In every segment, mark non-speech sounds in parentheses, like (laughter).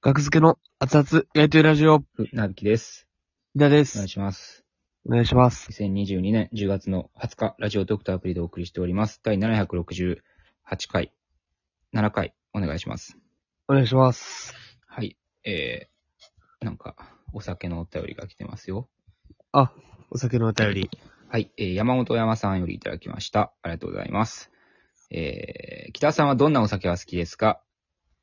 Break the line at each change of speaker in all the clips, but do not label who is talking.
学付けの熱々やりとりラジオ、
ふ、なびきです。
みなで
お願
す
い。します。
お願いします。
2022年10月の20日、ラジオドクターアプリでお送りしております。第768回、7回、お願いします。
お願いします。
はい。えー、なんか、お酒のお便りが来てますよ。
お酒のお便り。
はい。えー、山本山さんよりいただきました。ありがとうございます。えー、北さんはどんなお酒が好きですか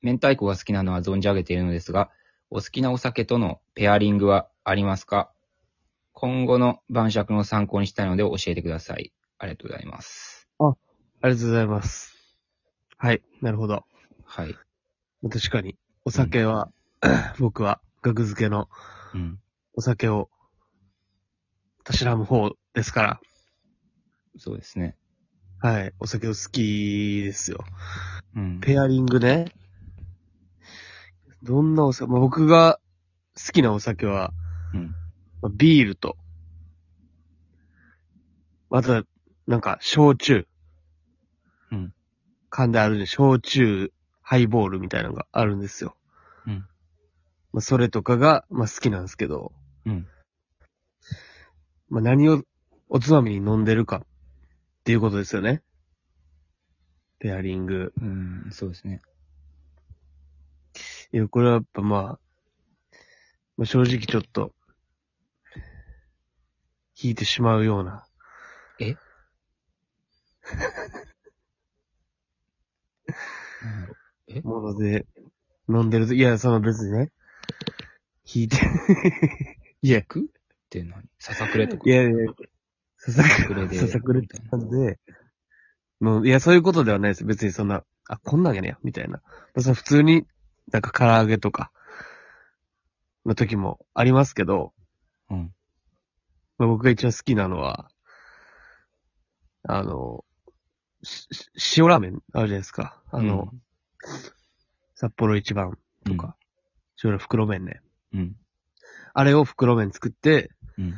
明太子が好きなのは存じ上げているのですが、お好きなお酒とのペアリングはありますか今後の晩酌の参考にしたいので教えてください。ありがとうございます。
ありがとうございます。はい、なるほど。
はい。
確かに、お酒は、 (clears throat) 僕は、学付けの
うん。
お酒を、たしらむ方ですから。
そうですね。
はい、お酒を好きですよ。
うん。
ペアリングね。どんなお酒、まあ、僕が好きなお酒は、
うん
まあビールと、また、なんか、焼酎。
うん。
缶であるね、焼酎、ハイボールみたいなのがあるんですよ。
うん。
まあ、それとかが、まあ、好きなんですけど、
うん。
まあ、何をおつまみに飲んでるかっていうことですよね。ペアリング。
うん。そうですね。
いや、これはやっぱまあ、まあ、正直ちょっと、引いてしまうような。
なんだろ
もので、飲んでると、いや、その別にね、引いて、 (laughs) いや、
うって何ささくれとか。
いやいや、ささく
れ
れ、
で
ささくれって感じで、もう、いや、そういうことではないです。別にそんな、あ、こんなんやねや、みたいな。まあ、その普通に、なんか唐揚げとか、の時もありますけど、
うん。
まあ、僕が一番好きなのは、あの、しし塩ラーメンあるじゃないですか。あの、札幌一番
うん、
とか、塩ラーメン袋麺ね。
うん。
あれを袋麺作って、
うん。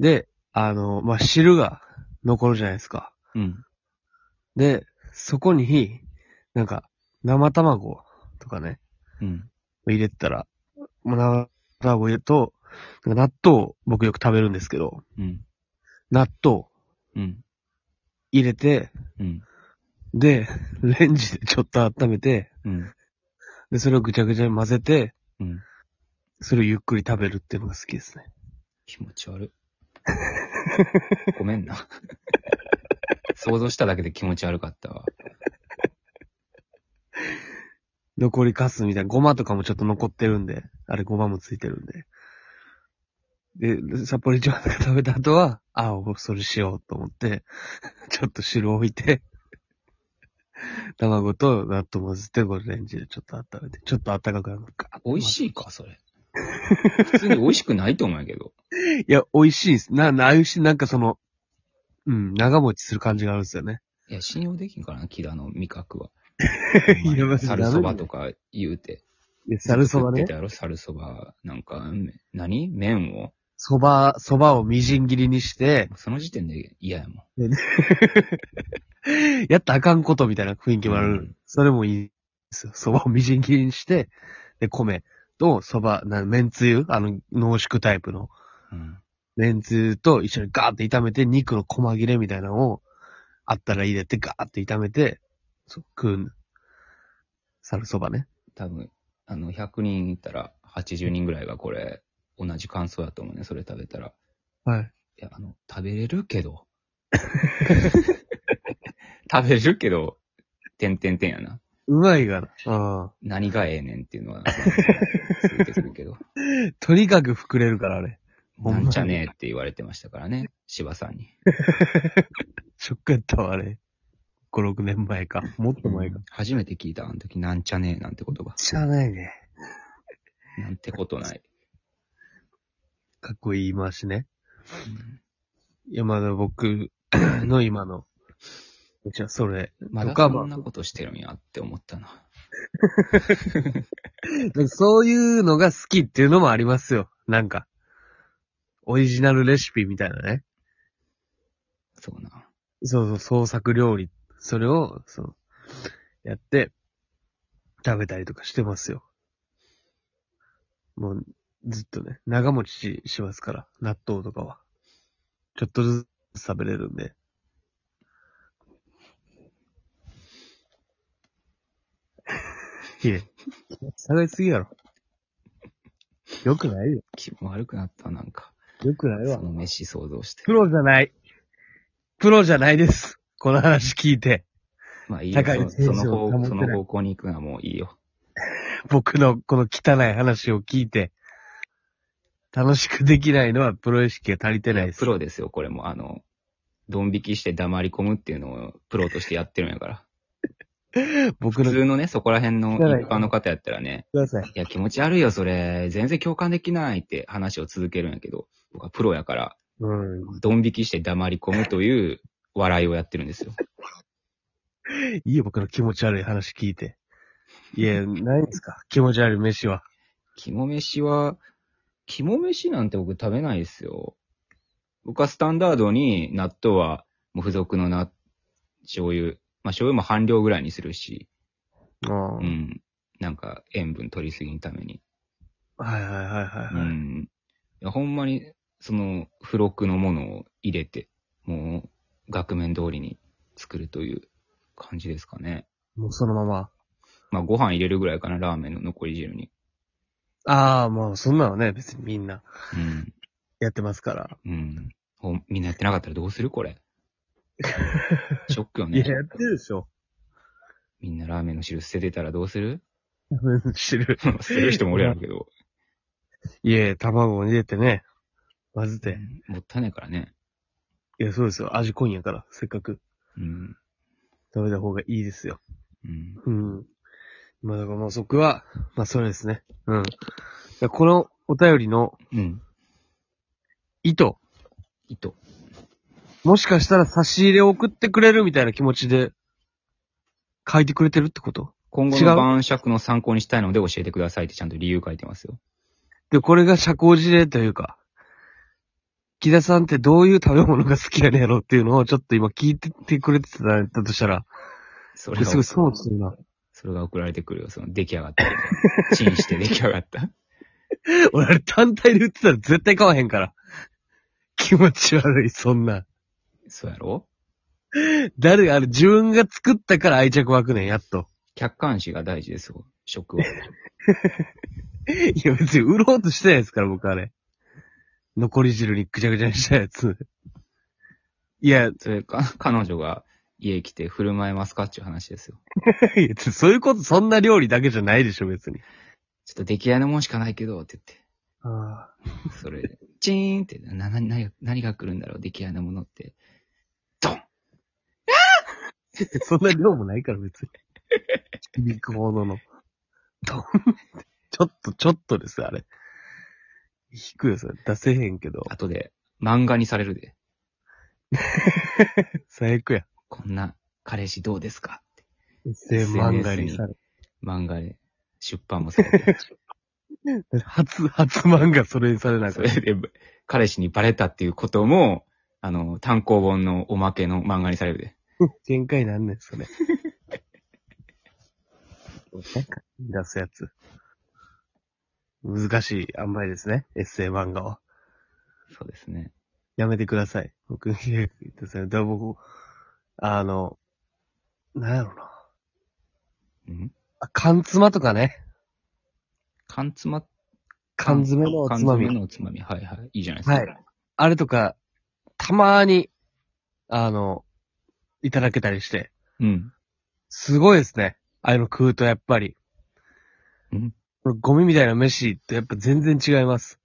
で、あの、まあ、汁が残るじゃないですか。
うん。
で、そこに、なんか、生卵とかね、
うん。
入れてたら、もう生卵入れると、なんか納豆を僕よく食べるんですけど、
うん。
納豆
うん。
入れて、
うん。
で、レンジでちょっと温めて、
うん。
で、それをぐちゃぐちゃに混ぜて、
うん。
それをゆっくり食べるっていうのが好きですね。
気持ち悪い。ごめんな。想像しただけで気持ち悪かったわ。
残りカスみたいな、ごまとかもちょっと残ってるんで、あれごまもついてるんで。で、札幌一番とか食べた後は、ああ、それしようと思って、 (laughs) ちょっと汁を置いて、卵と納豆混ぜて、これレンジでちょっと温めて、ちょっと温かくなるか。
美味しいか、それ。普通に美味しくないと思うんやけど。
いや、美味しいです。な、な、ああいうし、なんかその、うん、長持ちする感じがあるんですよね。
いや、信用できんからな、木田の味覚は。
いやマジで
サルそばとか言うて。
いや、ざるそば
作っ
ね
て。たやろ、サルそば。なんか、め何麺を
そば、そばをみじん切りにして、
その時点で嫌やもん。
(laughs) やったらあかんことみたいな雰囲気もある。
うん
それもいいですよ。そばをみじん切りにして、で、米とそば、な、麺つゆ、あの、濃縮タイプの、
うん。
麺つゆと一緒にガーって炒めて、肉の細切れみたいなのを、あったら入れて、ガーって炒めて、そう、食うん。猿そばね。
多分、あの、100人いたら80人ぐらいがこれ、同じ感想やと思うね、それ食べたら。
はい。
いや、あの、食べれるけど。 (laughs) 食べれるけど、てんてんてんやな。
うまいがな。あ
何がええねんっていうのは、続けてるけど。
あ。とにかく膨れるから、あれ。 (laughs) ほん
な
まに
んちゃねえって言われてましたからね、柴さんに。
ショックやったわ、あれ。5、6年前か。もっと前か。
初めて聞いた、あの時、なんちゃねえなんて言葉。
知らないね。
なんてことない。
かっこいい言い回しね。
うん
いや、まだ (laughs) 僕の今の、じゃあそれ、
まだ
とか
こ
まあ
んなことしてるんやって思ったな。
だからそういうのが好きっていうのもありますよ。なんか、オリジナルレシピみたいなね。
そうな。
そうそう、創作料理。それを、そう、やって、食べたりとかしてますよ。もう、ずっとね、長持ちししますから、納豆とかは。ちょっとずつ食べれるんで。いえ、下がりすぎやろ。よくないよ。
気分悪くなった、なんか。
よくないわ
そ。の飯想像して
プ。ロじゃない。プロじゃないです。この話聞いて。
まあいいよ。
高い
そ
テ
そ
ンション
の
保って
方、
ない
その方向に行くのはもういいよ。
僕のこの汚い話を聞いて。楽しくできないのはプロ意識が足りてないです。
プロですよ、これも。あの、ドン引きして黙り込むっていうのをプロとしてやってるんやから。
僕
普
の、く
通のね、そこら辺の一般の方やったらね、
ださい。
いや、気持ち悪いよ、それ。全然共感できないって話を続けるんやけど、僕はプロやから、
うん。
ドン引きして黙り込むという笑いをやってるんですよ。
いいよ、僕の気持ち悪い話聞いて。いや、ないんですか気持ち悪い飯は。
肝飯は、肝飯なんて僕食べないですよ。僕はスタンダードに納豆は、もう付属のな、醤油。まあ醤油も半量ぐらいにするし、
ああ
うん。なんか塩分取りすぎんために。
はいはいはいは
う
いはい。
ん。いやほんまに、その、付録のものを入れて、もう、額面通りに作るという感じですかね。
もうそのまま。
まあご飯入れるぐらいかな、ラーメンの残り汁に。
ああ、もうそんなのね、別にみんな
うん。
やってますから。
うん。ほんみんなやってなかったらどうする
(laughs)
これ。ショックよ
い
ね
や、。やってるでしょ。 (laughs)
みんなラーメンの汁捨ててたらどうする (laughs)
知る。
捨てる人も俺やろうけど。
いや、卵を入れてね。混ぜて。
もったいないからね。
いや、そうですよ。味濃いんやから、せっかく
うん。
食べた方がいいですよ。
うん。
うん。まあだからもう僕は、まあそれですね。うん。だからこのお便りの
うん。
意図。
糸。
もしかしたら差し入れを送ってくれるみたいな気持ちで書いてくれてるってこと
今後
違
の
う
晩酌の参考にしたいので教えてくださいってちゃんと理由書いてますよ。
で、これが社交辞令というか、木田さんってどういう食べ物が好きやねんやろっていうのをちょっと今聞いててくれてたんだとしたら、
そ
これ
れが
すごい損するな。
それが送られてくるよ。その出来上がった。チンして出来上がった。
(laughs) 俺あれ単体で売ってたら絶対買わへんから。気持ち悪い、そんな。
そうやろ
誰が、あれ自分が作ったから愛着湧くねん、やっと。
客観視が大事ですよ。
(laughs)
食を。
いや別に売ろうとしてないですから、僕あれ。残り汁にぐちゃぐちゃにしたやつ。 (laughs) いや、
それか、彼女が家来て振る舞えますかっていう話ですよ。
いやちょそういうこと、そんな料理だけじゃないでしょ、別に。
ちょっと出来合いのもんしかないけど、って言
あ
って。それで、チーンって、な、な、何が、何が来るんだろう、出来合いのものって。ドン
あ。そんな量もないから、別に。響くほどの。ドンちょっと、ちょっとです、あれ。引くよ、それ。出せへんけど。
後で、漫画にされるで。
最悪や。 (laughs)
こんな、彼氏どうですかって
で、漫画にされ。
漫画で、出版もされ (laughs) て。
初、初漫画それにされな
そ
か
れ
っ
で、彼氏にバレたっていうことも、あの、単行本のおまけの漫画にされるで。
た。喧嘩になんね (laughs) ん、それ。なんか、出すやつ。難しい塩梅ですね、エッセイ漫画は。
そうですね。
やめてください。僕、いや言ってさ、だから僕、あの、なんやろな。
うん
あ、缶詰とかね。
缶つま、
缶詰のおつま
缶詰
み。
のおつまみ。はいはい。いいじゃないですか。
はいあれとか、たまーに、あの、いただけたりして。
うん。
すごいですね。ああいうの食うとやっぱり。
うん
これゴミみたいな飯とやっぱ全然違います。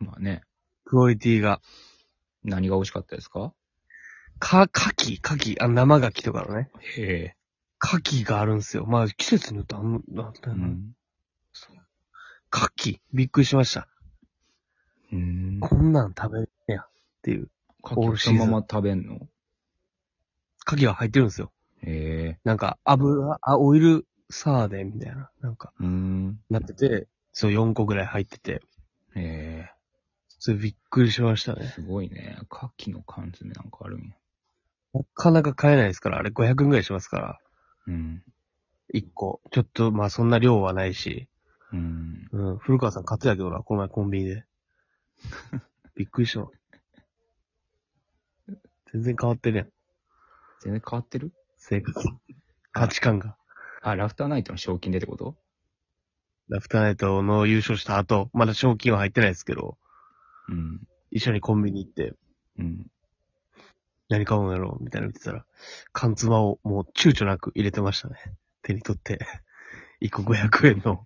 まあね。
クオリティが。
何が美味しかったですか
か、牡蠣牡蠣あ、生牡蠣とかのね。
へえ。
牡蠣があるんですよ。まあ、季節によってあんま、なんていううの
ん。
牡蠣びっくりしました。
うん。
こんなん食べるやっていう。
か
オール
き
シ
そ
ーズン
のまま食べんの
牡蠣は入ってるんですよ。
へえ。
なんか、油、あ、オイルサーデンみたいな、なんか、
うん。
なってて、そう4個ぐらい入ってて、
へ
それびっくりしました
え。
ね。
すごいね。牡蠣の缶詰なんかあるんや。
なかなか買えないですから、あれ500円ぐらいしますから、
うん。
1個。ちょっと、まあそんな量はないし、
うん。
うん。古川さん買ってたけどな、この前コンビニで。びっくりしたわ。全然変わってるやん。
全然変わってる
生活。価値観が。
あ、ラフターナイトの賞金でってこと
ラフターナイトの優勝した後、まだ賞金は入ってないですけど、
うん。
一緒にコンビニ行って、
うん。
何買うんやろうみたいなの見てたら、缶つまをもう躊躇なく入れてましたね。手に取って。一個500円の、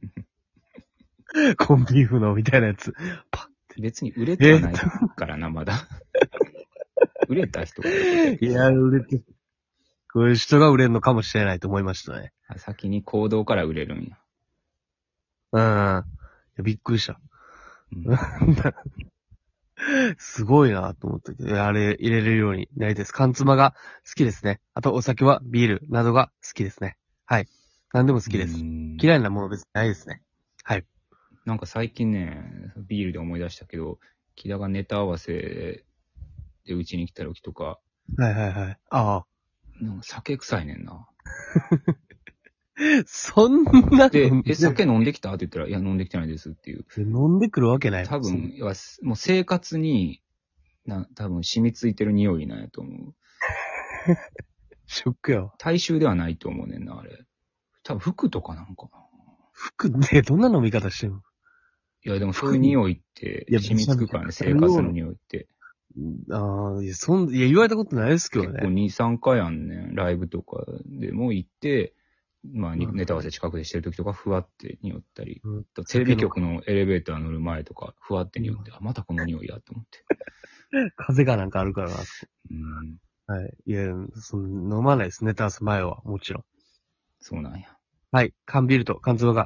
コンビーフのみたいなやつ。パ
別に売れてはないからな、まだ。 (laughs) 売れた人がやる
ッ。いや、売れて。こういう人が売れるのかもしれないと思いましたね。
あ先に行動から売れるんや。
うん。いやびっくりした。 (laughs)
うん
すごいなと思ったけど、いやあれ入れれるようになりたいです。缶つまが好きですね。あとお酒はビールなどが好きですね。はい。何でも好きです。
うん
嫌いなもの別にないですね。
なんか最近ね、ビールで思い出したけど、木田がネタ合わせでうちに来た時とか、
はいはいはい。ああ。
なんか酒臭いねんな。
そんな
(laughs) で
飲ん、
え、酒飲んできたって言ったら、いや、飲んできてないですっていう。
飲んでくるわけない。
多分、いやすもう生活に、な、多分染みついてる匂いなんやと思う。
ショックやわ。
大衆ではないと思うねんな、あれ。多分服とかなんかな。
服で、どんな飲み方してんの
いや、でもそういう匂いって
いや
染みつくからね、
めちゃ
生
めちゃ
活の匂いって。
ああ、いや、そん、いや、言われたことないですけ
結
ど
構
ね。
2、3回あんねん。ライブとかでも行って、まあ、に
うん
ネタ合わせ近くでしてる時とか、ふわって匂ったり
うん、
とテレビ局のエレベーター乗る前とか、ふわって匂って、あ、またこの匂いやと思って。
風がなんかあるからな。
うん、
はい。いや、その飲まないですね、タンス前は、もちろん。
そうなんや。
はい。缶ビールと缶つまが